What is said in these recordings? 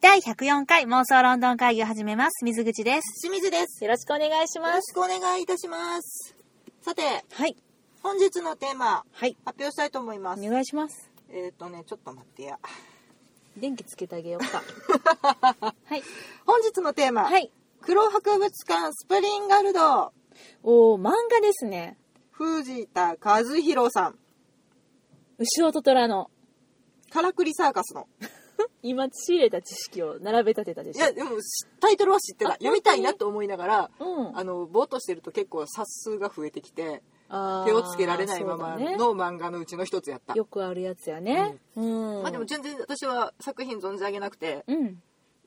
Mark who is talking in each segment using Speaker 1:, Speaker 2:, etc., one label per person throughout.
Speaker 1: 第104回妄想ロンドン会議を始めます。水口です。
Speaker 2: 清水です。よ
Speaker 1: よろしくお願いし
Speaker 2: ろ。しくお願いいたします。さて、
Speaker 1: はい。
Speaker 2: 本日のテーマ、
Speaker 1: はい。
Speaker 2: 発表したいと思いま
Speaker 1: お
Speaker 2: す。
Speaker 1: 願いします。
Speaker 2: えっ、とね、ちょっと待ってや。
Speaker 1: 電気つけてあげようか。 はい。
Speaker 2: 本日のテーマ、
Speaker 1: はい。
Speaker 2: 黒博物館スプリンガルド、
Speaker 1: おー、漫画ですね。
Speaker 2: 藤田和弘さん、
Speaker 1: 牛音虎の。
Speaker 2: からくりサーカスの。
Speaker 1: 今仕入れた知識を並べ立てたで
Speaker 2: いや、でも、しタイトルは知って
Speaker 1: あ
Speaker 2: た。読みたいなと思いながら、
Speaker 1: うん
Speaker 2: あの、ぼーっとしてると結構冊数が増えてきて、
Speaker 1: あー
Speaker 2: 手をつけられないま
Speaker 1: そ
Speaker 2: ま
Speaker 1: うだね
Speaker 2: の漫画のうちの一つやった。
Speaker 1: よくあるやつやね。うん。
Speaker 2: まあでも全然私は作品存じ上げなくて、
Speaker 1: うん。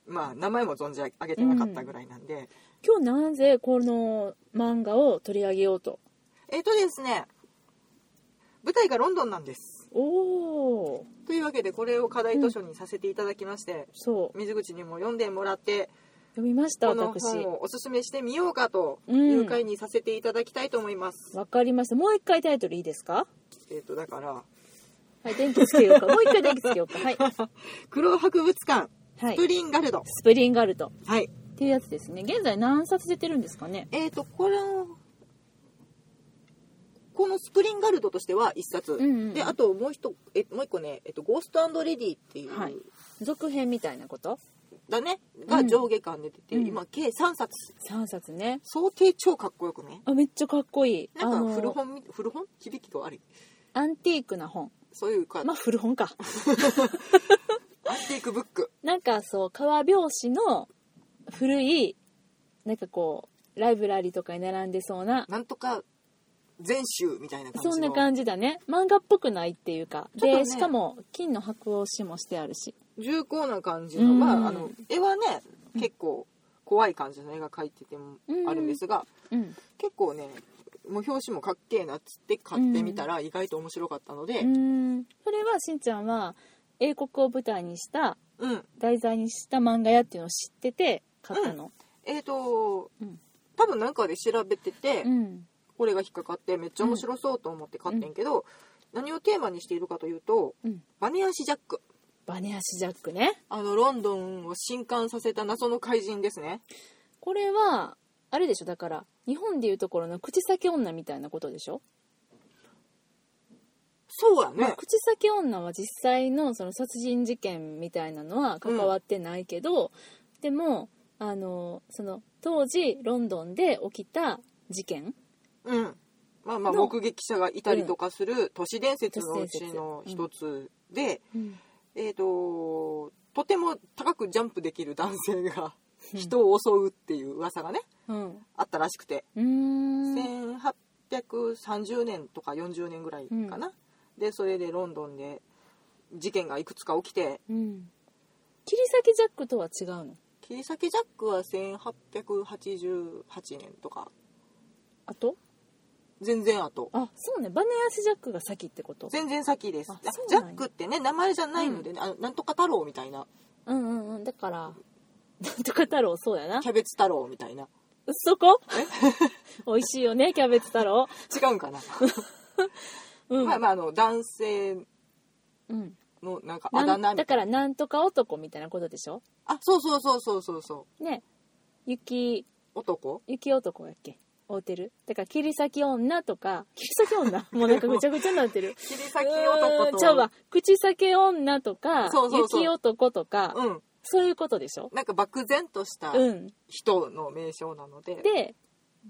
Speaker 2: まあ名前も存じ上げてなかったぐらいなんで、
Speaker 1: 今日なぜこの漫画を取り上げようと。
Speaker 2: えっ、とですね舞台がロンドンなんです
Speaker 1: おー、
Speaker 2: というわけでこれを課題図書にさせていただきまして、
Speaker 1: そう。
Speaker 2: 水口にも読んでもらって
Speaker 1: 読みました、
Speaker 2: この
Speaker 1: 私
Speaker 2: 本。をおすすめしてみようかという回にさせていただきたいと思います、
Speaker 1: わかりました。もう一回タイトルいいですか
Speaker 2: えっ、とだから
Speaker 1: はい、電気つけ ようか。もう一回電気つけようか。はい。
Speaker 2: 「黒博物館
Speaker 1: は
Speaker 2: スプ
Speaker 1: い。
Speaker 2: リンガルド」
Speaker 1: スプリンガルト。
Speaker 2: はい、
Speaker 1: っていうやつですね。現在何冊出てるんですかね
Speaker 2: えっ、とこれをこのスプリンガルドとしては1冊、
Speaker 1: んうんうん
Speaker 2: であともう一えもう一個ね、えっとゴーストレディ」っていう、
Speaker 1: はい続編みたいなこと
Speaker 2: だね
Speaker 1: う
Speaker 2: が
Speaker 1: ん
Speaker 2: 上下巻で出て、
Speaker 1: うん
Speaker 2: 今計3冊
Speaker 1: ?3 冊ね。
Speaker 2: 想定超かっこよくね
Speaker 1: あ、めっちゃかっこいい。
Speaker 2: なん
Speaker 1: あ
Speaker 2: か
Speaker 1: の
Speaker 2: 古本み古本響きが悪い
Speaker 1: アンティークな本。
Speaker 2: そういうか、
Speaker 1: まあ、古本か。
Speaker 2: アンティークブック
Speaker 1: なんかそう、革拍子の古い、なんかこう、ライブラリとかに並んでそうな、
Speaker 2: なんとか全集みたいな感じの
Speaker 1: そんな感じだね。漫画っぽくないっていうか。
Speaker 2: ちょっと
Speaker 1: で、
Speaker 2: ね
Speaker 1: しかも、金の白押しもしてあるし。
Speaker 2: 重厚な感じの,、
Speaker 1: うん
Speaker 2: まあ、あの絵はね結構怖い感じの絵が描いてても
Speaker 1: うん
Speaker 2: あるんですが、
Speaker 1: うん。
Speaker 2: 結構ねもう表紙もかっけえなっつって買ってみたら意外と面白かったので
Speaker 1: う、ん。それは、しんちゃんは、英国を舞台にした、
Speaker 2: うん
Speaker 1: 題材にした漫画やっていうのを知ってて買ったの。
Speaker 2: えっ、と
Speaker 1: うん。
Speaker 2: 多分なんかで調べてて、
Speaker 1: うん。
Speaker 2: これが引っかかってめっちゃ面白そうと思って買ってんけど、何をテーマにしているかというと
Speaker 1: うん。
Speaker 2: バネ足ジャック
Speaker 1: バネ足ジャックね。
Speaker 2: あのロンドンを震撼させた謎の怪人ですね
Speaker 1: これは、あれでしょ、だから、日本でいうところの口先女みたいなことでしょ
Speaker 2: そうや
Speaker 1: まあ
Speaker 2: ね、
Speaker 1: 口先女は実際のその殺人事件みたいなのは関わってないけど、でもあのその当時ロンドンで起きた事件
Speaker 2: うんまあまあ
Speaker 1: の
Speaker 2: 目撃者がいたりとかする都市伝説のうちの一つで、
Speaker 1: うん、
Speaker 2: えっ、ととても高くジャンプできる男性が人を襲うっていう噂がね
Speaker 1: うん
Speaker 2: あったらしくて
Speaker 1: うーん
Speaker 2: 1830年とか40年ぐらいかな、でそれでロンドンで事件がいくつか起きて
Speaker 1: うん切り裂きジャックとは違うの
Speaker 2: 切り裂きジャックは1888年とか
Speaker 1: あと
Speaker 2: 全然後
Speaker 1: あそうねバネ足ジャックが先ってこと
Speaker 2: 全然先です
Speaker 1: あそう
Speaker 2: ジ
Speaker 1: な
Speaker 2: ャ
Speaker 1: んや
Speaker 2: ックってね名前じゃないので、ねあのなんとか太郎みたいな
Speaker 1: うんうんうんだ からなんとか太郎そうやな
Speaker 2: キャベツ太郎みたいな
Speaker 1: そこ 美味しいよねキャベツ太郎
Speaker 2: 違うんかな、
Speaker 1: うん、
Speaker 2: まあまああの男性
Speaker 1: うん
Speaker 2: のなんか
Speaker 1: な
Speaker 2: あ
Speaker 1: ん
Speaker 2: だ名み
Speaker 1: だからなんとか男みたいなことでしょ
Speaker 2: あそうそうそうそうそうそ
Speaker 1: ね雪
Speaker 2: う男
Speaker 1: 雪男やっけ合うてるだから切り裂き女とか切り裂き 女もうなんかぐちゃぐちゃになってる
Speaker 2: 切り裂き男
Speaker 1: うー
Speaker 2: と
Speaker 1: んちゃうわ口裂け女とか
Speaker 2: そうそうそう
Speaker 1: 雪男とか、
Speaker 2: うん
Speaker 1: そういうことでしょ
Speaker 2: なんか漠然とした
Speaker 1: うん
Speaker 2: 人の名称なので、
Speaker 1: で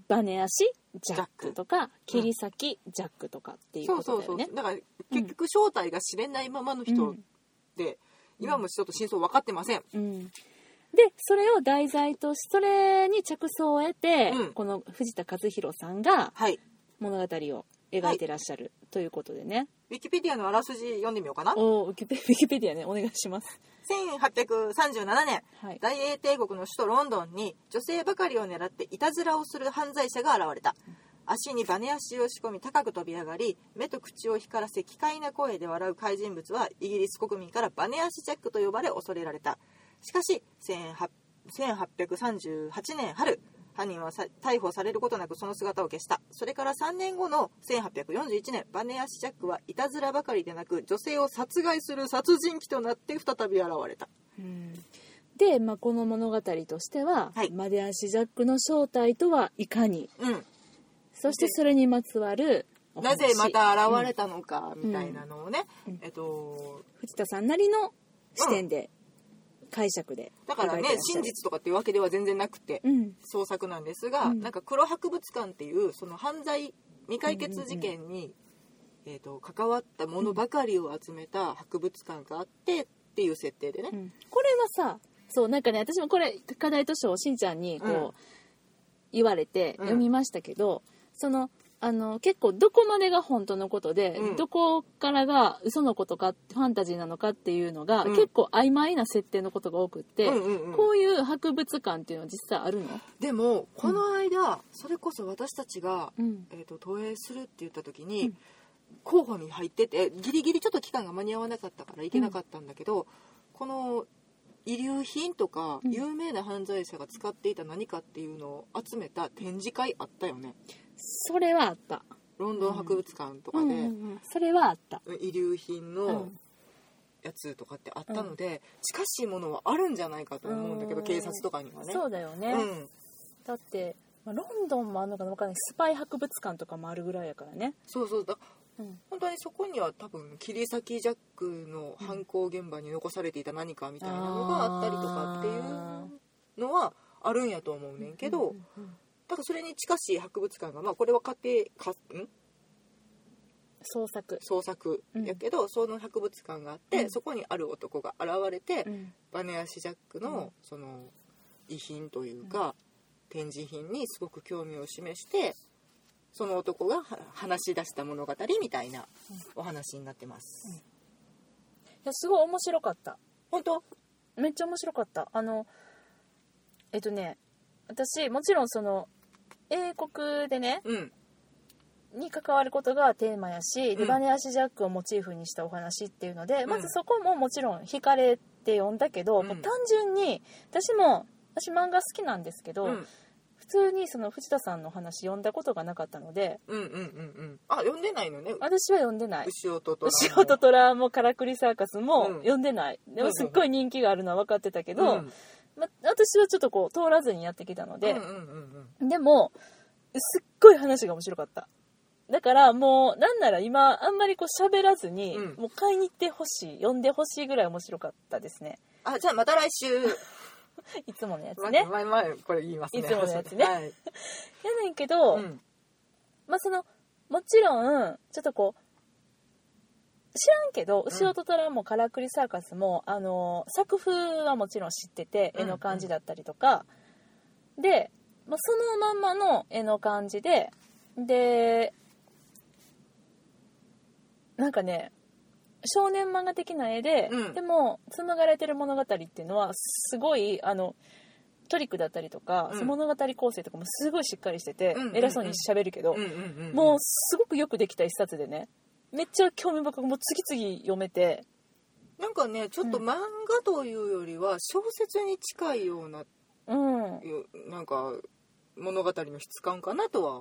Speaker 1: バネ足ジャックとか
Speaker 2: ジャック
Speaker 1: 切り裂きジャックとかっていう
Speaker 2: そ
Speaker 1: こ
Speaker 2: うそ
Speaker 1: と
Speaker 2: う
Speaker 1: だ
Speaker 2: そ
Speaker 1: よ
Speaker 2: う
Speaker 1: ね
Speaker 2: だから結局正体が知れないままの人で、今もちょっと真相分かってません、
Speaker 1: うんでそれを題材としそれに着想を得て、
Speaker 2: うん
Speaker 1: この藤田和弘さんが
Speaker 2: はい
Speaker 1: 物語を描いてらっしゃる、ということでね。
Speaker 2: ウィキペディアのあらすじ読んでみようかな
Speaker 1: おーウィキペウィキペディアねお願いします。
Speaker 2: 1837年
Speaker 1: はい。
Speaker 2: 大英帝国の首都ロンドンに女性ばかりを狙っていたずらをする犯罪者が現れた足にバネ足を仕込み高く飛び上がり目と口を光らせ奇怪な声で笑う怪人物はイギリス国民からバネ足ジャックと呼ばれ恐れられたしかし1800 1838年春犯人はさ逮捕されることなくその姿を消したそれから3年後の1841年バネ足ジャックはいたずらばかりでなく女性を殺害する殺人鬼となって再び現れた
Speaker 1: うん。で、まあ、この物語としては、
Speaker 2: はい
Speaker 1: マデアシジャックの正体とはいかに
Speaker 2: うん、
Speaker 1: そしてそれにまつわるお
Speaker 2: な
Speaker 1: 話
Speaker 2: ぜまた現れたのかみたいなのをね、えっと
Speaker 1: 藤田さんなりの視点で、解釈で
Speaker 2: だから
Speaker 1: 描い
Speaker 2: ね
Speaker 1: てらっしゃ
Speaker 2: 真
Speaker 1: る
Speaker 2: 実とかっていうわけでは全然なくて、
Speaker 1: うん
Speaker 2: 創作なんですが、
Speaker 1: うん
Speaker 2: なんか黒博物館っていうその犯罪未解決事件に、えー、と関わったものばかりを集めた博物館があってっていう設定でね、
Speaker 1: これはさそうなんかね私もこれ課題図書をしんちゃんにこう、
Speaker 2: うん
Speaker 1: 言われて
Speaker 2: うん
Speaker 1: 読みましたけど、そのあの結構どこまでが本当のことで、
Speaker 2: うん
Speaker 1: どこからが嘘のことかファンタジーなのかっていうのが、
Speaker 2: うん
Speaker 1: 結構曖昧な設定のことが多くって、
Speaker 2: うんうんうん
Speaker 1: こういう博物館っていうのは実際あるの、
Speaker 2: でもこの間、それこそ私たちが、
Speaker 1: うん
Speaker 2: えー、と投影するって言った時に、候補に入っててギリギリちょっと期間が間に合わなかったから行けなかったんだけど、この遺留品とか
Speaker 1: うん
Speaker 2: 有名な犯罪者が使っていた何かっていうのを集めた展示会あったよね
Speaker 1: それはあった、
Speaker 2: ロンドン博物館とかで、
Speaker 1: うんうんうんそれはあった、
Speaker 2: 遺留品
Speaker 1: う
Speaker 2: の
Speaker 1: ん
Speaker 2: やつとかってあったので、近しいものはあるんじゃないかと思うんだけど、
Speaker 1: うん
Speaker 2: 警察とかにはね。
Speaker 1: そうだよね、
Speaker 2: うん、
Speaker 1: だって、まあロンドンもあるのかな分からないスパイ博物館とかもあるぐらいやからね、
Speaker 2: そうそうだ
Speaker 1: うん
Speaker 2: 本当にそこには多分切り裂きジャックの犯行現場に残されていた何かみたいなのがあったりとかっていうのはあるんやと思うねんけど、
Speaker 1: うんうんうん
Speaker 2: だからそれに近しい博物館がまあこれは家庭かん
Speaker 1: 創作、
Speaker 2: 創作やけど、その博物館があって、
Speaker 1: うん
Speaker 2: そこにある男が現れて、
Speaker 1: ん、
Speaker 2: バネ足ジャック
Speaker 1: うん
Speaker 2: のその遺品というか、展示品にすごく興味を示してその男がは話し出した物語みたいなお話になってます、
Speaker 1: いやすごい面白かった
Speaker 2: 本当
Speaker 1: めっちゃ面白かったあのえっとね私もちろんその英国でね
Speaker 2: うん
Speaker 1: に関わることがテーマやし、
Speaker 2: ん
Speaker 1: リバネアシジャックをモチーフにしたお話っていうので、
Speaker 2: ん
Speaker 1: まずそこももちろん惹かれて読んだけど、
Speaker 2: うん
Speaker 1: もう単純に私も私漫画好きなんですけど、
Speaker 2: うん
Speaker 1: 普通にその藤田さんのお話読んだことがなかったので
Speaker 2: うんうんうんうんあ読んでないのね
Speaker 1: 私は読んでない
Speaker 2: 牛音と
Speaker 1: 牛尾と虎もカラクリサーカスも
Speaker 2: うん
Speaker 1: 読んでない、でもすっごい人気があるのは分かってたけど、
Speaker 2: うん
Speaker 1: ま、私はちょっとこう通らずにやってきたの
Speaker 2: うんう
Speaker 1: で
Speaker 2: ん、うん
Speaker 1: でもすっごい話が面白かっただからもうなんなら今あんまりこう喋らずに、
Speaker 2: うん
Speaker 1: もう買いに行ってほしい読んでほしいぐらい面白かったですね
Speaker 2: あじゃあまた来週
Speaker 1: いつものやつね
Speaker 2: 前前前これ言いますね
Speaker 1: いつものやつね
Speaker 2: はい
Speaker 1: やねんけど、
Speaker 2: うん
Speaker 1: まあそのもちろんちょっとこう知らんけど牛音虎もからくりサーカスも、あの作風はもちろん知ってて
Speaker 2: うん
Speaker 1: 絵の感じだったりとか、で、まあ、そのまんまの絵の感じででなんかね少年漫画的な絵で、
Speaker 2: うん
Speaker 1: でも紡がれてる物語っていうのはすごいあのトリックだったりとか、
Speaker 2: うん
Speaker 1: 物語構成とかもすごいしっかりしてて、
Speaker 2: うんうんうん
Speaker 1: 偉そうに喋るけど、
Speaker 2: うんうんうん
Speaker 1: もうすごくよくできた一冊でねめっちゃ興味深くもう次々読めて
Speaker 2: なんかねちょっと
Speaker 1: う
Speaker 2: 漫画というよりは小説に近いような
Speaker 1: うん、
Speaker 2: よなんか物語の質感かなとは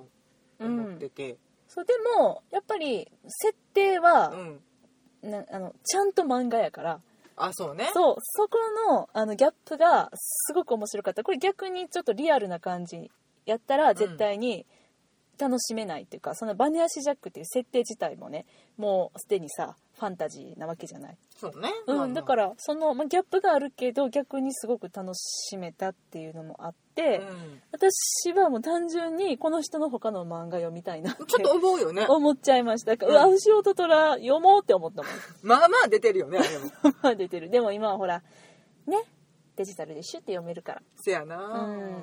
Speaker 1: う
Speaker 2: 思っ
Speaker 1: ん
Speaker 2: て、て、
Speaker 1: そうでもやっぱり設定
Speaker 2: うん
Speaker 1: は、なあのちゃんと漫画やから
Speaker 2: あそうね
Speaker 1: そうそこのあのギャップがすごく面白かったこれ逆にちょっとリアルな感じやったら絶対に楽しめないっていうか、そのバネ足ジャックっていう設定自体もねもうすでにさファンタジーなわけじゃない、
Speaker 2: そうね、
Speaker 1: うん
Speaker 2: まあまあ
Speaker 1: だからその、まあ、ギャップがあるけど逆にすごく楽しめたっていうのもあって、
Speaker 2: う
Speaker 1: 私はもう単純にこの人の他の漫画読みたいなって
Speaker 2: ん、ちょっと思うよね
Speaker 1: 思っちゃいましただから、うわ牛音虎読もうって思ったもん
Speaker 2: まあまあ出てるよねあれも
Speaker 1: ま あ出てるでも今はほらねデジタルでシュッて読めるか
Speaker 2: せや
Speaker 1: ら
Speaker 2: な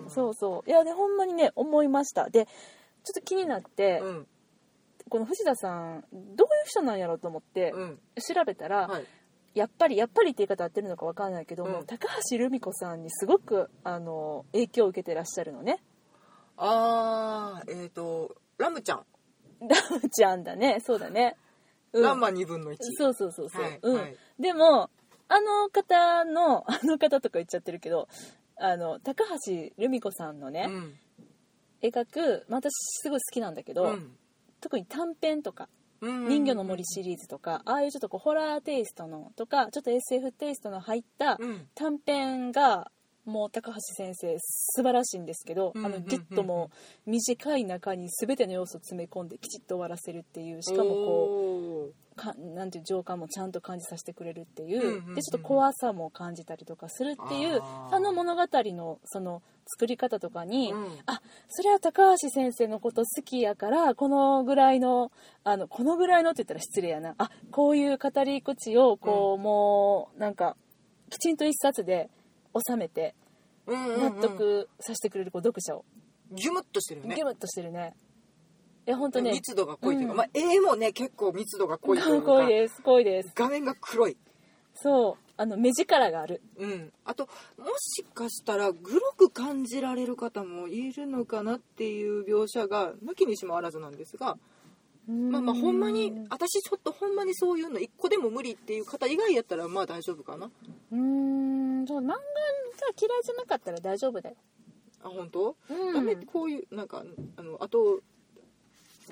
Speaker 1: うんそうそういやでほんまにね思いましたでちょっと気になって、
Speaker 2: うん
Speaker 1: この藤田さんどういう人なんやろうと思って
Speaker 2: うん
Speaker 1: 調べたら、
Speaker 2: はい
Speaker 1: やっぱりやっぱりって言い方合ってるのかわかんないけど、
Speaker 2: うん
Speaker 1: もう高橋留美子さんにすごくあの影響を受けてらっしゃるのね
Speaker 2: あーえっ、とラムちゃん、
Speaker 1: ラムちゃんだねそうだね、うん、
Speaker 2: ランマ2分の1
Speaker 1: そうそうそうそう、
Speaker 2: はい
Speaker 1: うん、
Speaker 2: はい
Speaker 1: でもあの方の あの方とか言っちゃってるけどあの高橋留美子さんのね、
Speaker 2: ん
Speaker 1: 描く、まあ、私すごい好きなんだけど、
Speaker 2: うん
Speaker 1: 特に短編とか
Speaker 2: うん
Speaker 1: 人魚の森シリーズとかああいうちょっとこうホラーテイストのとかちょっと SF テイストの入った
Speaker 2: うん
Speaker 1: 短編がもう高橋先生素晴らしいんですけど、
Speaker 2: うん
Speaker 1: あ
Speaker 2: う
Speaker 1: の
Speaker 2: ん
Speaker 1: ギュッともう短い中に全ての要素を詰め込んできちっと終わらせるっていうしかもこ
Speaker 2: こ
Speaker 1: うかなんていう情感もちゃんと感じさせてくれるっていう,、
Speaker 2: うんうんうん
Speaker 1: でちょっと怖さも感じたりとかするっていう
Speaker 2: あー
Speaker 1: あの物語のその作り方とか
Speaker 2: う
Speaker 1: に、
Speaker 2: ん
Speaker 1: あそれは高橋先生のこと好きやからこのぐらいのあのこのぐらいのって言ったら失礼やなあこういう語り口をこう、もうなんかきちんと一冊で収めて
Speaker 2: うんうんうん
Speaker 1: 納得させてくれるこう読者を
Speaker 2: ギュムッとしてるよね
Speaker 1: ギュムッとしてるねいや本当ね
Speaker 2: 密度が濃いというか、
Speaker 1: うん
Speaker 2: まあ、絵もね結構密度が濃いと いうか
Speaker 1: 濃いです濃いです
Speaker 2: 画面が黒い、
Speaker 1: そうあの目力がある
Speaker 2: うん、あともしかしたらグロく感じられる方もいるのかなっていう描写がなきにしもあらずなんですが、ま
Speaker 1: ま
Speaker 2: あ、まあほんまに私ちょっとほんまにそういうの一個でも無理っていう方以外やったらまあ大丈夫かな
Speaker 1: うーんそう漫画が嫌いじゃなかったら大丈夫だよ、
Speaker 2: あ本当、
Speaker 1: うん
Speaker 2: ダメこういうなんかあのあと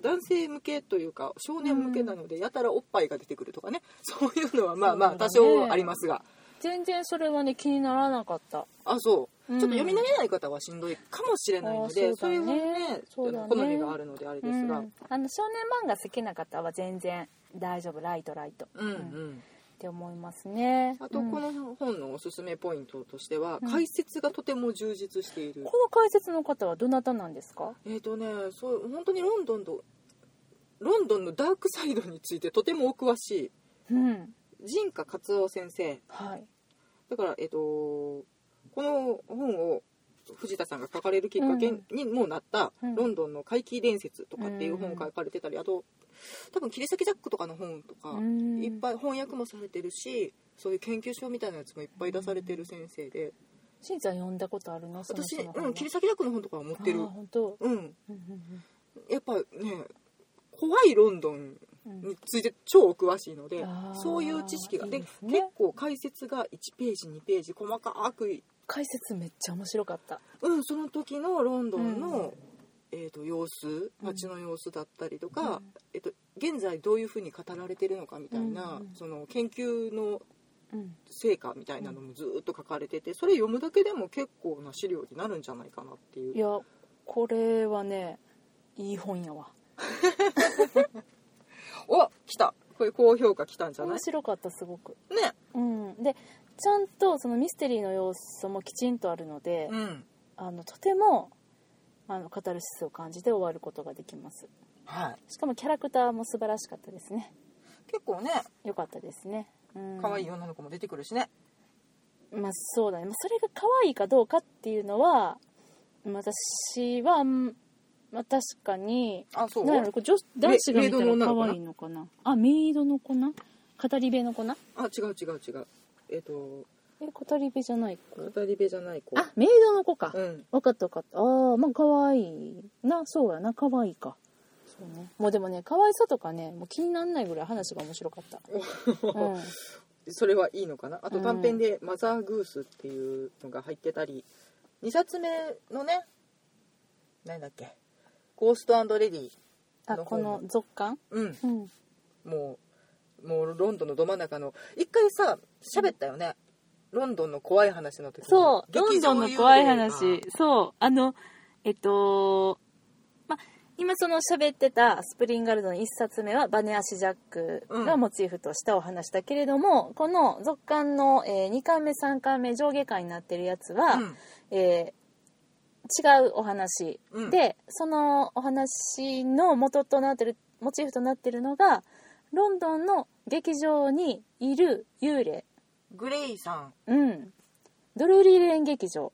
Speaker 2: 男性向けというか少年向けなのでやたらおっぱいが出てくるとかね そういうのはまあまあ
Speaker 1: そうだね
Speaker 2: 多少ありますが。
Speaker 1: 全然それはね気にならなかった
Speaker 2: あそう、
Speaker 1: うん
Speaker 2: ちょっと読み慣れない方はしんどいかもしれないので
Speaker 1: あ
Speaker 2: そ,、
Speaker 1: そうだね
Speaker 2: れはね
Speaker 1: そうだね
Speaker 2: 好みがあるのであれですが、
Speaker 1: うんあの少年漫画好きな方は全然大丈夫ライトライト、
Speaker 2: うんうん
Speaker 1: うんって思いますね
Speaker 2: あと
Speaker 1: うん
Speaker 2: この本のおすすめポイントとしては、
Speaker 1: うん
Speaker 2: 解説がとても充実している、
Speaker 1: この解説の方はどなたなんですか
Speaker 2: えっ、とねそう本当にロンドンとロンドンのダークサイドについてとてもお詳し
Speaker 1: うん
Speaker 2: い陣香勝夫先生
Speaker 1: はい
Speaker 2: だからえっ、とこの本を藤田さんが書かれるきっかけにもなった「
Speaker 1: うん
Speaker 2: ロンドンの怪奇伝説」とかっていう本を書かれてたりあと多分「切り裂きジャック」とかの本とか
Speaker 1: うん
Speaker 2: いっぱい翻訳もされてるしそういう研究書みたいなやつもいっぱい出されてる先生で
Speaker 1: しんちゃん読んだことあるのその
Speaker 2: 私
Speaker 1: 人の
Speaker 2: うん切り裂きジャックの本とかは持ってる
Speaker 1: あー本当
Speaker 2: うん
Speaker 1: うんうん
Speaker 2: やっぱね怖いロンドン
Speaker 1: うんうん
Speaker 2: について超お詳しいので
Speaker 1: あー
Speaker 2: そういう知識がで
Speaker 1: いいですね
Speaker 2: 結構解説が1ページ2ページ細かく
Speaker 1: 解説めっちゃ面白かった
Speaker 2: うん、その時のロンドンの、えー、と様子
Speaker 1: うん
Speaker 2: 街の様子だったりとか、えー、と現在どういうふうに語られてるのかみたいな、
Speaker 1: うんうん
Speaker 2: その研究の
Speaker 1: うん
Speaker 2: 成果みたいなのもずーっと書かれててそれ読むだけでも結構な資料になるんじゃないかなっていう
Speaker 1: いやこれはねいい本やわ
Speaker 2: お来たこれ高評価来たんじゃない
Speaker 1: 面白かったすごく
Speaker 2: ね
Speaker 1: うんでちゃんとそのミステリーの要素もきちんとあるので、
Speaker 2: うん
Speaker 1: あのとてもあのカタルシスを感じて終わることができます
Speaker 2: はい
Speaker 1: しかもキャラクターも素晴らしかったですね
Speaker 2: 結構ね
Speaker 1: 良かったですねうん
Speaker 2: 可愛い女の子も出てくるしね
Speaker 1: まあそうだねまあそれが可愛いかどうかっていうのはまあ私はうんまあ確かに
Speaker 2: あそう
Speaker 1: なんやろこれ女子男子が見
Speaker 2: メイドの
Speaker 1: た
Speaker 2: 女の
Speaker 1: ら
Speaker 2: 子
Speaker 1: 可
Speaker 2: な
Speaker 1: 愛いのかなあメイドの子な語り部の子な
Speaker 2: あ違う違う違うえっ、と
Speaker 1: え語り部じゃない子
Speaker 2: 語り部じゃない子
Speaker 1: あメイドの子か、
Speaker 2: うん
Speaker 1: 分かった分かったああまあ可愛いなそうやな可愛いかそうねもうでもね可愛さとかねもう気になんないぐらい話が面白かった、うん、
Speaker 2: それはいいのかなあと
Speaker 1: うん
Speaker 2: 短編で「マザーグース」っていうのが入ってたり、2冊目のねなんだっけ「ゴーストレディ
Speaker 1: あこの続感」
Speaker 2: うん
Speaker 1: うん
Speaker 2: もうもうロンドンのど真ん中の一回さ喋ったよね、ロンドンの怖い話の時に
Speaker 1: そうロ
Speaker 2: 劇
Speaker 1: ン
Speaker 2: 場
Speaker 1: ドンの怖い
Speaker 2: 幽霊
Speaker 1: 話
Speaker 2: が
Speaker 1: そうあのえっとま今その喋ってたスプリンガルドの1冊目はバネ足ジャックがモチーフとしたお話だけれども、この続刊の、え2巻目3巻目上下巻になってるやつは、
Speaker 2: うん
Speaker 1: えー違うお話、
Speaker 2: うん
Speaker 1: でそのお話の元となってるモチーフとなってるのがロンドンの劇場にいる幽霊
Speaker 2: グレイさん
Speaker 1: うんドルーリーレーン劇場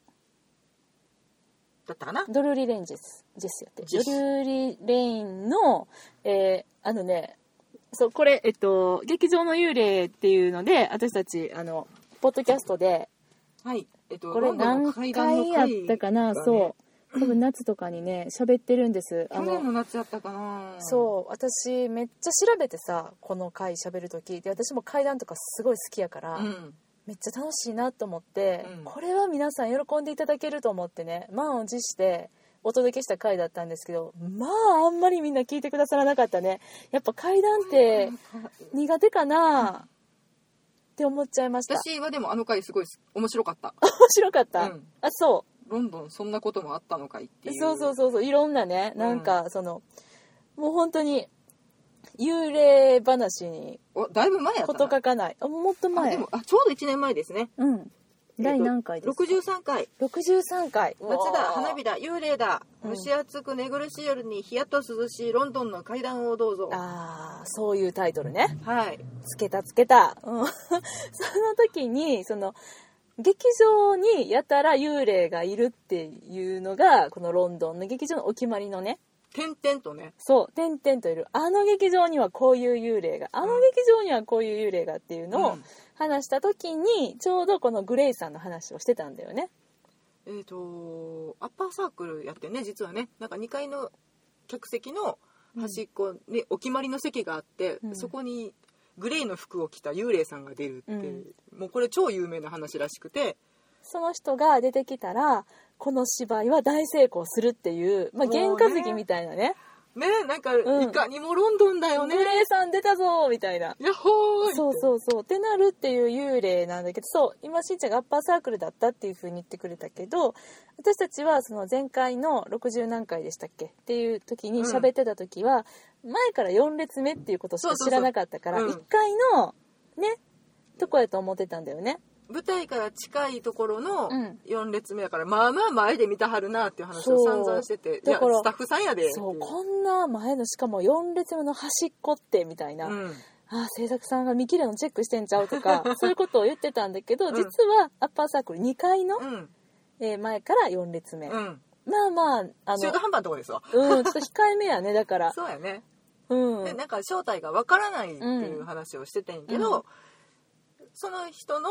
Speaker 2: だったかな
Speaker 1: ドルーリーレーンジェスジェスやって
Speaker 2: ジ
Speaker 1: ドル
Speaker 2: ェス
Speaker 1: ーリーレーンの、えーあのねそうこれえっと劇場の幽霊っていうので私たちあのポッドキャストで
Speaker 2: はいえっと
Speaker 1: これ何回やったかな、そう多分夏とかにね喋ってるんですあ
Speaker 2: 去年
Speaker 1: の
Speaker 2: の夏やったかな
Speaker 1: そう私めっちゃ調べてさこの回喋る時で私も階段とかすごい好きやから、
Speaker 2: うん
Speaker 1: めっちゃ楽しいなと思って、
Speaker 2: うん
Speaker 1: これは皆さん喜んでいただけると思ってね満を持してお届けした回だったんですけどまああんまりみんな聞いてくださらなかったねやっぱ怪談って苦手かなって思っちゃいました面
Speaker 2: 私はでもあの回すごい面白かった
Speaker 1: 白かった、
Speaker 2: うん
Speaker 1: あそ
Speaker 2: ロンドンそんなこともあったのかいって
Speaker 1: う
Speaker 2: いう
Speaker 1: そうそうそうそういろんなねなんかその、もう本当に幽霊話に
Speaker 2: おだいぶ前やった
Speaker 1: 事
Speaker 2: な
Speaker 1: 欠かないあもっと
Speaker 2: あ
Speaker 1: 前
Speaker 2: でもあちょうど1年前ですね
Speaker 1: うん第何回ですか、
Speaker 2: 63回
Speaker 1: 63回
Speaker 2: 夏だ花火だ幽霊だ
Speaker 1: うん
Speaker 2: 蒸し暑く寝苦しい夜にひやっと涼しいロンドンの階段をどうぞ
Speaker 1: ああそういうタイトルね
Speaker 2: はい
Speaker 1: つけたつけた、うん その時にその劇場にやたら幽霊がいるっていうのがこのロンドンの劇場のお決まりのね
Speaker 2: 点々とね
Speaker 1: そう点々といるあの劇場にはこういう幽霊があの劇場にはこういう幽霊がっていうの
Speaker 2: う
Speaker 1: を
Speaker 2: ん
Speaker 1: 話した時にちょうどこのグレイさんの話をしてたんだよね
Speaker 2: えー、とアッパーサークルやってね実はねなんか2階の客席の端っこにお決まりの席があって、
Speaker 1: うん
Speaker 2: そこにグレーの服を着た幽霊さんが出るっていう、もうこれ超有名な話らしくて
Speaker 1: その人が出てきたらこの芝居は大成功するっていう、まあ、
Speaker 2: もうね
Speaker 1: 験担ぎみたいなね
Speaker 2: ねなんか
Speaker 1: うん
Speaker 2: いかにもロンドンだよね、
Speaker 1: 幽霊さん出たぞみたいな
Speaker 2: ヤッホーイ
Speaker 1: そうそうそうってなるっていう幽霊なんだけどそう今しんちゃんがアッパーサークルだったっていう風に言ってくれたけど私たちはその前回の60何回でしたっけっていう時に喋ってた時は、前から4列目っていうことしか知らなかったから
Speaker 2: そう
Speaker 1: 1
Speaker 2: そうそううん
Speaker 1: 階のねとこやと思ってたんだよね
Speaker 2: 舞台から近いところの
Speaker 1: うん
Speaker 2: 4列目だから、まあまあ前で見たはるなっていう話
Speaker 1: そ
Speaker 2: を
Speaker 1: う
Speaker 2: 散々しててい
Speaker 1: だ
Speaker 2: や
Speaker 1: から
Speaker 2: スタッフさんやで
Speaker 1: そう
Speaker 2: ってい
Speaker 1: こんな前のしかも4列目の端っこってみたいな、
Speaker 2: ううん
Speaker 1: ああ制作さんが見切れのチェックしてんちゃうとかそういうことを言ってたんだけど、
Speaker 2: うん
Speaker 1: 実はアッパーサークル2階の、
Speaker 2: うん
Speaker 1: えー前から4列目、
Speaker 2: う
Speaker 1: ま
Speaker 2: ん
Speaker 1: あまああ
Speaker 2: 中
Speaker 1: の
Speaker 2: 途半端なとこですわ
Speaker 1: うんちょっと控えめやねだから
Speaker 2: そうやね
Speaker 1: うん
Speaker 2: でなんか正体がわからないっていう話をしてたんやけど、その人の、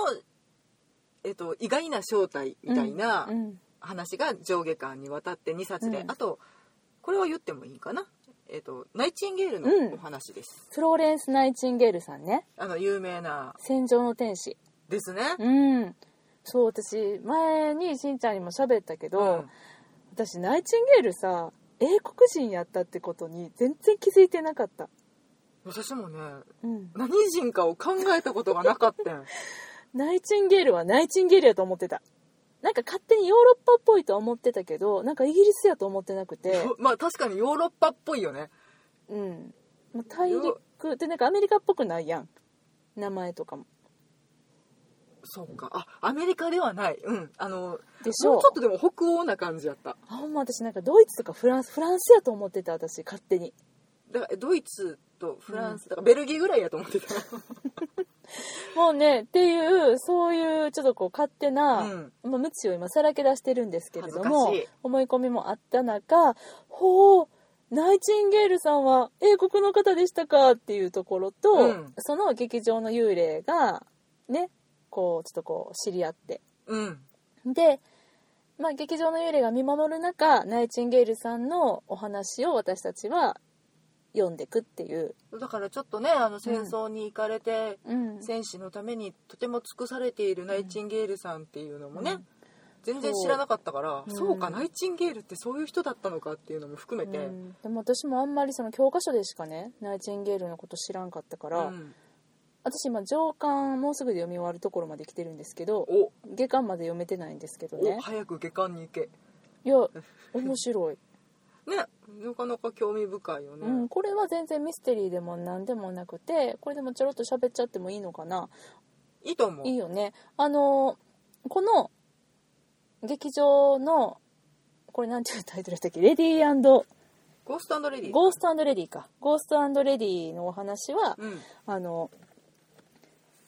Speaker 2: えっと、意外な正体みたいな
Speaker 1: うん
Speaker 2: 話が上下巻にわたって2冊で、
Speaker 1: うん
Speaker 2: あとこれは言ってもいいかな、えっと、ナイチンゲール
Speaker 1: うん
Speaker 2: のお話です、
Speaker 1: フローレンス・ナイチンゲールさんね
Speaker 2: あの有名な
Speaker 1: 「戦場の天使
Speaker 2: ですね」、
Speaker 1: うんそう私前にしんちゃんにも喋ったけど、
Speaker 2: うん
Speaker 1: 私ナイチンゲールさ英国人やったってことに全然気づいてなかった、
Speaker 2: 私もね
Speaker 1: うん、
Speaker 2: 何人かを考えたことがなかったん
Speaker 1: ナイチンゲールはナイチンゲールやと思ってたなんか勝手にヨーロッパっぽいとは思ってたけどなんかイギリスやと思ってなくて、
Speaker 2: まあ確かにヨーロッパっぽいよね
Speaker 1: うん、まあ大陸でなんかアメリカっぽくないやん名前とかも
Speaker 2: そうかあアメリカではないうんあの
Speaker 1: でしょう
Speaker 2: もうちょっとでも北欧な感じやった
Speaker 1: あほんま私なんかドイツとかフランスフランスやと思ってた私勝手に
Speaker 2: だからドイツとフランス、だからベルギーぐらいやと思ってた
Speaker 1: もうねっていうそういうちょっとこう勝手な、
Speaker 2: うん
Speaker 1: まあ、無知を今さらけ出してるんですけれども
Speaker 2: 恥ずかしい
Speaker 1: 思い込みもあった中ほうナイチンゲールさんは英国の方でしたかっていうところと、
Speaker 2: うん
Speaker 1: その劇場の幽霊がねこうちょっとこう知り合って
Speaker 2: うん
Speaker 1: で、まあ、劇場の幽霊が見守る中ナイチンゲールさんのお話を私たちは読んでくっていう、
Speaker 2: だからちょっとねあの戦争に行かれて、
Speaker 1: うん
Speaker 2: 戦士のためにとても尽くされているナイチンゲールさんっていうのもね、
Speaker 1: うん
Speaker 2: 全然知らなかったから
Speaker 1: そ
Speaker 2: そうう,、
Speaker 1: うん
Speaker 2: かナイチンゲールってそういう人だったのかっていうのも含めて、
Speaker 1: うんでも私もあんまりその教科書でしかねナイチンゲールのこと知らんかったから、
Speaker 2: うん
Speaker 1: 私今上巻もうすぐで読み終わるところまで来てるんですけど
Speaker 2: お
Speaker 1: 下巻まで読めてないんですけど
Speaker 2: お
Speaker 1: ね
Speaker 2: 早く下巻に行け
Speaker 1: いや面白い、
Speaker 2: ねなかなか興味深いよね、
Speaker 1: うん、これは全然ミステリーでも何でもなくてこれでもちょろっと喋っちゃってもいいのかない
Speaker 2: いと思う
Speaker 1: いいよねあのこの劇場のこれなんていうタイトルでしたっけレディー
Speaker 2: ゴーストレディー
Speaker 1: ゴーストレディかゴーストレディのお話は、
Speaker 2: うん
Speaker 1: あの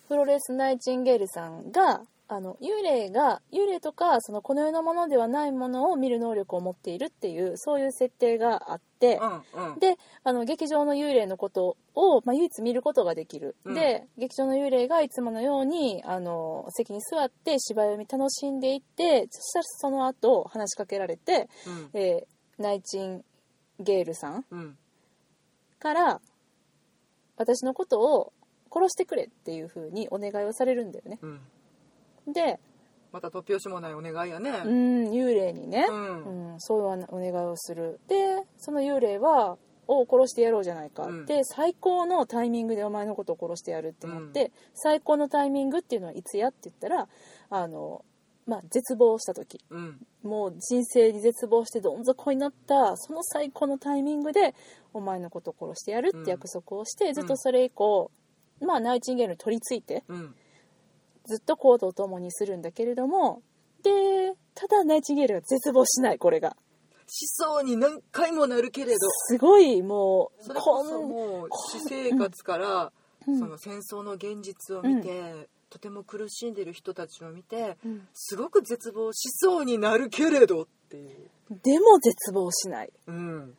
Speaker 1: フロレス・ナイチンゲールさんがあの幽霊が幽霊とかそのこの世のものではないものを見る能力を持っているっていうそういう設定があって、
Speaker 2: うんうん
Speaker 1: であの劇場の幽霊のことを、まあ、唯一見ることができる、
Speaker 2: うん
Speaker 1: で劇場の幽霊がいつものようにあの席に座って芝居を見楽しんでいってそしたらその後話しかけられて、
Speaker 2: うん
Speaker 1: えーナイチンゲールさん
Speaker 2: うん
Speaker 1: から私のことを殺してくれっていう風にお願いをされるんだよね
Speaker 2: うん
Speaker 1: で
Speaker 2: また突拍子もないお願いやね
Speaker 1: う。ん幽霊にね、
Speaker 2: うん
Speaker 1: うんそういうお願いをするでその幽霊はを殺してやろうじゃないか、
Speaker 2: うん
Speaker 1: で最高のタイミングでお前のことを殺してやるってなって、最高のタイミングっていうのはいつやって言ったらあの、まあ、絶望した時
Speaker 2: うん。
Speaker 1: もう人生に絶望してどん底になったその最高のタイミングでお前のことを殺してやるって約束をして、ずっとそれ以降、まあ、ナイチンゲールに取り付いて
Speaker 2: うん。
Speaker 1: ずっと行動を共にするんだけれどもでただナイチンゲールが絶望しないこれが
Speaker 2: しそうに何回もなるけれど、
Speaker 1: すごいもう
Speaker 2: それこ
Speaker 1: こ
Speaker 2: そ
Speaker 1: ん
Speaker 2: もう私生活から、
Speaker 1: うん
Speaker 2: その戦争の現実を見て、とても苦しんでる人たちを見て、
Speaker 1: うん
Speaker 2: すごく絶望しそうになるけれどっていう。
Speaker 1: でも絶望しない
Speaker 2: うん。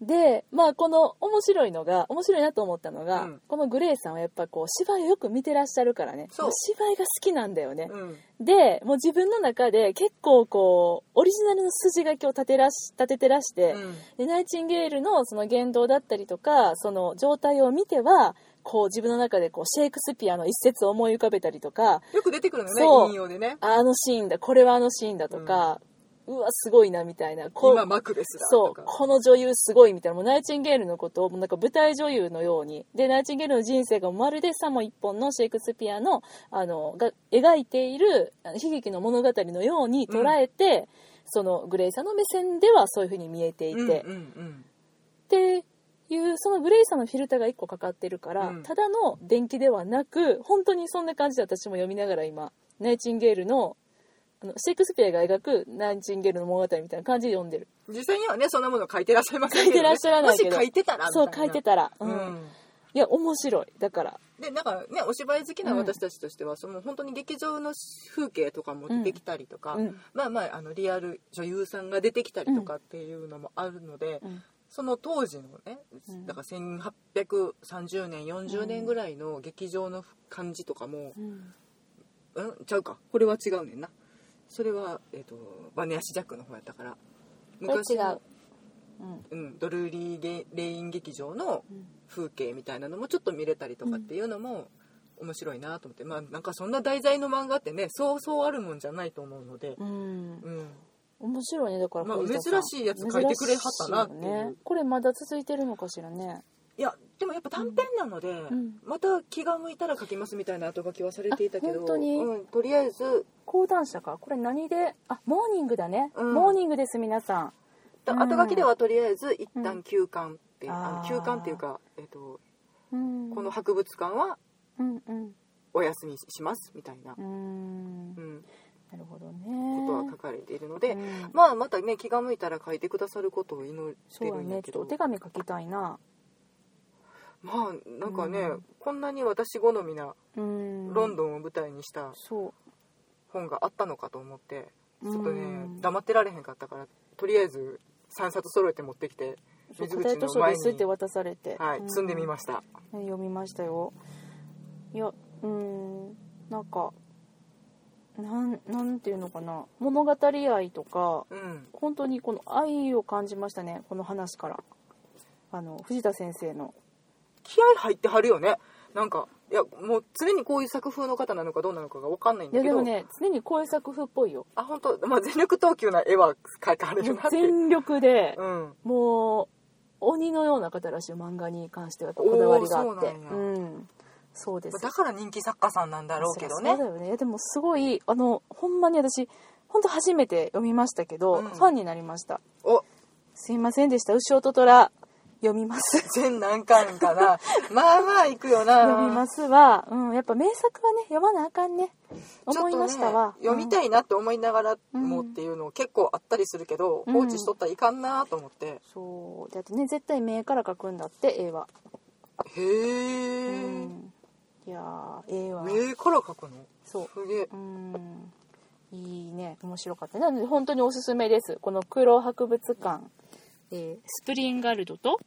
Speaker 1: でまあこの面白いのが面白いなと思ったのが、
Speaker 2: うん
Speaker 1: このグレイさんはやっぱこう芝居をよく見てらっしゃるからね
Speaker 2: そう
Speaker 1: も芝居が好きなんだよね、
Speaker 2: うん。
Speaker 1: でもう自分の中で結構こうオリジナルの筋書きを立てらし立ててらして、
Speaker 2: うん
Speaker 1: でナイチンゲールのその言動だったりとかその状態を見てはこう自分の中でこうシェイクスピアの一節を思い浮かべたりとか
Speaker 2: よく出てくるのね
Speaker 1: そう
Speaker 2: 引用でね
Speaker 1: あのシーンだこれはあのシーンだとか、うわすごいなみたいなこ
Speaker 2: 今マクベスだ
Speaker 1: そ
Speaker 2: と
Speaker 1: う
Speaker 2: か
Speaker 1: この女優すごいみたいなもうナイチンゲールのことをもうなんか舞台女優のようにでナイチンゲールの人生がまるでさも一本のシェイクスピアのあのが描いているあの悲劇の物語のように捉えて、そのグレイさんの目線ではそういうふうに見えていて、
Speaker 2: うんうん
Speaker 1: っていうそのグレイさんのフィルターが1個かかってるから、
Speaker 2: うん
Speaker 1: ただの電気ではなく本当にそんな感じで私も読みながら今ナイチンゲールのあのシェイクスピアが描くナイチンゲールの物語みたいな感じで読んでる。
Speaker 2: うん、実際にはねそんなもの書いてらっしゃいませんけど、ね、
Speaker 1: 書いてらっしゃらないけど
Speaker 2: もし書いてたらみた
Speaker 1: そ
Speaker 2: いうな
Speaker 1: 書いてたら、う
Speaker 2: うんん
Speaker 1: いや面白いだから
Speaker 2: でなんかねお芝居好きな私たちとしては、その本当に劇場の風景とかも出てきたりとか、
Speaker 1: うん
Speaker 2: まあまああのリアル女優さんが出てきたりとかっていうのもあるので、
Speaker 1: うん
Speaker 2: その当時のね
Speaker 1: うん
Speaker 2: だから1830年40年ぐらいの劇場の感じとかも、うんちゃうかこれは違うねんなそれは、えっとバネ足ジャックの方やったから
Speaker 1: これ違
Speaker 2: の
Speaker 1: う、うん
Speaker 2: うん、ドルーリーゲレイン劇場の
Speaker 1: うん
Speaker 2: 風景みたいなのもちょっと見れたりとかっていうのも面白いなと思って、まあなんかそんな題材の漫画ってねそうそうあるもんじゃないと思うので、
Speaker 1: うん
Speaker 2: うん、
Speaker 1: 面白いねだから、
Speaker 2: まあ
Speaker 1: 小泉さん
Speaker 2: 珍しいやつ書いてくれはったなっていう
Speaker 1: 珍しよね、これまだ続いてるのかしらね
Speaker 2: いやでもやっぱ短編なので、
Speaker 1: ん
Speaker 2: また気が向いたら書きますみたいな後書きはされていたけ
Speaker 1: あ
Speaker 2: ど
Speaker 1: 本当に
Speaker 2: うん、とりあえず
Speaker 1: 講談社かこれ何であモーニングだね、
Speaker 2: うん
Speaker 1: モーニングです皆さんうん
Speaker 2: 後書きではとりあえず一
Speaker 1: うん
Speaker 2: 旦休館って、あの
Speaker 1: あー
Speaker 2: 休館っていうか、えっと
Speaker 1: うん
Speaker 2: この博物館は
Speaker 1: うんうん
Speaker 2: お休みしますみたいな
Speaker 1: う、ん
Speaker 2: う、
Speaker 1: なんるほど
Speaker 2: ことは
Speaker 1: ね
Speaker 2: 書かれているので、
Speaker 1: うん
Speaker 2: まあまたね気が向いたら書いてくださることを祈って
Speaker 1: そう
Speaker 2: る
Speaker 1: だ
Speaker 2: んだ
Speaker 1: ねち
Speaker 2: け
Speaker 1: ょっとお
Speaker 2: ど、
Speaker 1: 手紙書きたいな
Speaker 2: まあなんかね、
Speaker 1: うん
Speaker 2: こんなに私好みな
Speaker 1: うん
Speaker 2: ロンドンを舞台にした
Speaker 1: そう
Speaker 2: 本があったのかと思って、ちょっとね
Speaker 1: うん
Speaker 2: 黙ってられへんかったからとりあえず3冊揃えて持ってきて
Speaker 1: そう
Speaker 2: 水
Speaker 1: 答え
Speaker 2: 口
Speaker 1: 図
Speaker 2: の
Speaker 1: 書
Speaker 2: 前
Speaker 1: ですって
Speaker 2: に、
Speaker 1: 渡されて、
Speaker 2: はい、積んでみ
Speaker 1: し
Speaker 2: ました、
Speaker 1: た読みましたよいやうんなんかなんなんていうのかな物語愛とか
Speaker 2: うん、
Speaker 1: 本当にこの愛を感じましたねこの話からあの藤田先生の
Speaker 2: 気合入ってはるよねなんかいやもう常にこういう作風の方なのかどうなのかが分かんないん
Speaker 1: いや
Speaker 2: だけ
Speaker 1: でも
Speaker 2: ど
Speaker 1: ね常にこういう作風っぽいよ
Speaker 2: あ本当、まあ、全力投球な絵は描かれるなっていう、
Speaker 1: 全力で
Speaker 2: うん、
Speaker 1: もう鬼のような方らしい漫画に関してはやっぱこだわりがあって
Speaker 2: おーそうなん
Speaker 1: んそうです
Speaker 2: だから人気作家さんなんだろうけど
Speaker 1: そ
Speaker 2: ね
Speaker 1: りゃそうだよねでもすごいあのほんまに私本当初めて読みましたけど、
Speaker 2: うん
Speaker 1: ファンになりました
Speaker 2: お
Speaker 1: すいませんでした「うしおととら」読みます
Speaker 2: 全何巻かなまあまあいくよな
Speaker 1: 読みますは、うん、やっぱ名作はね読まなあかんね
Speaker 2: ちょっ
Speaker 1: 思い
Speaker 2: と
Speaker 1: ま
Speaker 2: ね
Speaker 1: したわ、
Speaker 2: 読みた
Speaker 1: い、
Speaker 2: いなって思いながらも
Speaker 1: うん
Speaker 2: っていうの結構あったりするけど、
Speaker 1: うん
Speaker 2: 放置しとったらいかんなと思って、
Speaker 1: そうであとね絶対目から書くんだって絵は、う
Speaker 2: へえ、
Speaker 1: ん、いやー絵は
Speaker 2: 上から書くの
Speaker 1: そう
Speaker 2: すげえ
Speaker 1: うんいいね面白かったなので本当におすすめですこの黒博物館、えースプリンガルドと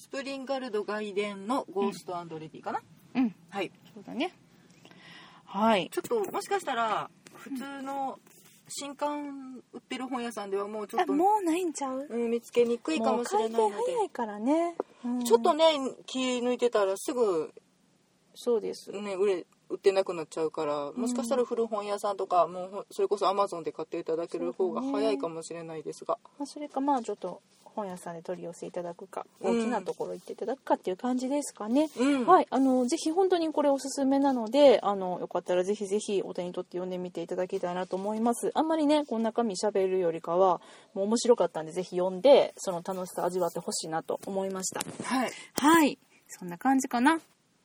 Speaker 2: スプリンガルド外伝のゴーストレディかな、
Speaker 1: うん
Speaker 2: はい
Speaker 1: そうだねはい
Speaker 2: ちょっともしかしたら普通の新刊売ってる本屋さんではもうちょっと、
Speaker 1: うないんちゃう
Speaker 2: うん見つけにくいかもしれないので
Speaker 1: もう改定早いからね、うん
Speaker 2: ちょっとね気抜いてたらすぐ
Speaker 1: そうです
Speaker 2: ね売れ売ってなくなっちゃうからもしかしたら古本屋さんとか、もうほそれこそアマゾンで買っていただける方が
Speaker 1: そうだね
Speaker 2: 早いかもしれないですが
Speaker 1: まあ、それかまあちょっと本屋さんで取り寄せいただくか
Speaker 2: う
Speaker 1: 大
Speaker 2: ん
Speaker 1: きなところ行っていただくかっていう感じですかね、
Speaker 2: うん
Speaker 1: はいあのぜひ本当にこれおすすめなのであのよかったらぜひぜひお手に取って読んでみていただきたいなと思いますあんまりねこの中身しゃべるよりかはもう面白かったんでぜひ読んでその楽しさ味わってほしいなと思いました
Speaker 2: はい
Speaker 1: はいそんな感じかな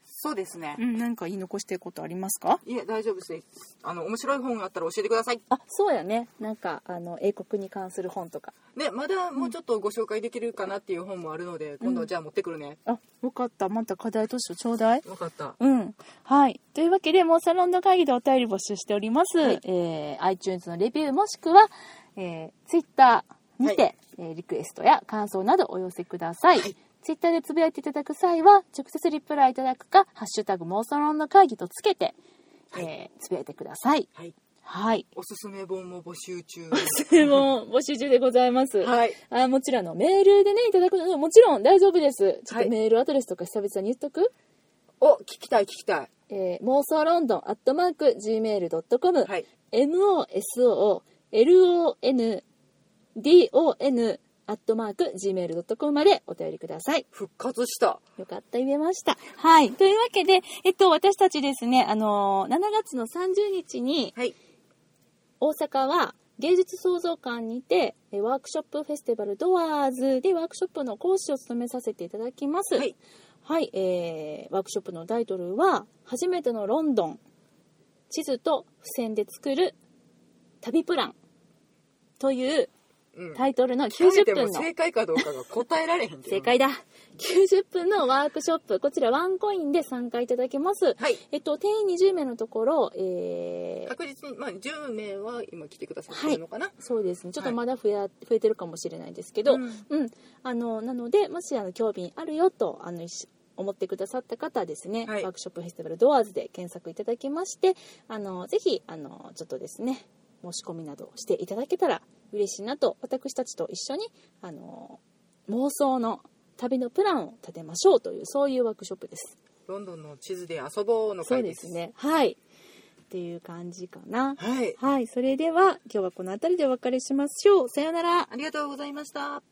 Speaker 2: そうですね
Speaker 1: うん何か言い残してることありますか
Speaker 2: いえ大丈夫ですあの面白い本があったら教えてください
Speaker 1: あそうやねなんかあの英国に関する本とか
Speaker 2: ねまだもうちょっとご紹介できるかなっていう本もあるので、今度じゃあ持ってくるね
Speaker 1: あよかったまた課題図書ちょうだい
Speaker 2: 分かった
Speaker 1: うん。はい。というわけで、もうサロンの会議でお便り募集しております。
Speaker 2: はい
Speaker 1: えー iTunes のレビューもしくは、えー Twitter にて、
Speaker 2: はい
Speaker 1: えーリクエストや感想などお寄せください。
Speaker 2: はい
Speaker 1: Twitter でつぶやいていただく際は、直接リプライいただくか、ハッシュタグ妄想論の会議とつけて、えーつぶやいてください。
Speaker 2: はい
Speaker 1: はい。
Speaker 2: おすすめ本も募集中
Speaker 1: 質問募集中でございます。
Speaker 2: はい
Speaker 1: あもちろんあのメールでねいただくのももちろん大丈夫ですちょっ
Speaker 2: はい
Speaker 1: とメールアドレスとか久々に言っとく、
Speaker 2: お聞きたい聞きたい
Speaker 1: えー、妄想ロンドンアットマーク Gmail.com、
Speaker 2: はい
Speaker 1: MOSOLONDON アットマーク Gmail.com までお便りください。
Speaker 2: 復活した
Speaker 1: よかった、言えました。はい。というわけで、えっと、私たちですね、あのー7月の30日に、
Speaker 2: はい
Speaker 1: 大阪は芸術創造館にて、えーワークショップフェスティバルドアーズでワークショップの講師を務めさせていただきます。
Speaker 2: はい
Speaker 1: はい、えーワークショップのタイトルは「初めてのロンドン地図と付箋で作る旅プラン」という
Speaker 2: うん
Speaker 1: タイトルの
Speaker 2: 聞かれ
Speaker 1: 90
Speaker 2: て
Speaker 1: 分
Speaker 2: も
Speaker 1: の
Speaker 2: 正解かどうかが答えられへんけど
Speaker 1: 正解だ90分のワークショップこちらワンコインで参加いただけます、
Speaker 2: はい
Speaker 1: えっと定員20名のところ、えー
Speaker 2: 確実にまあ10名は今来てくださってるのかな、
Speaker 1: そうですねちょっと
Speaker 2: はい
Speaker 1: まだ増や、増えてるかもしれないですけど、
Speaker 2: う
Speaker 1: うんんあのなのでもしあの興味あるよとあの一緒思ってくださった方はですね、
Speaker 2: はい
Speaker 1: ワークショップフェスティバルドアーズで検索いただきましてあのぜひあのちょっとですね申し込みなどをしていただけたら嬉しいなと私たちと一緒にあの妄想の旅のプランを立てましょうというそういうワークショップです。
Speaker 2: ロンドンの地図で遊ぼうの
Speaker 1: そう
Speaker 2: 回
Speaker 1: で
Speaker 2: です
Speaker 1: すねはいっていう感じかな。
Speaker 2: はい
Speaker 1: はい、それでは今日はこの辺りでお別れしましょう。さようなら。
Speaker 2: ありがとうございました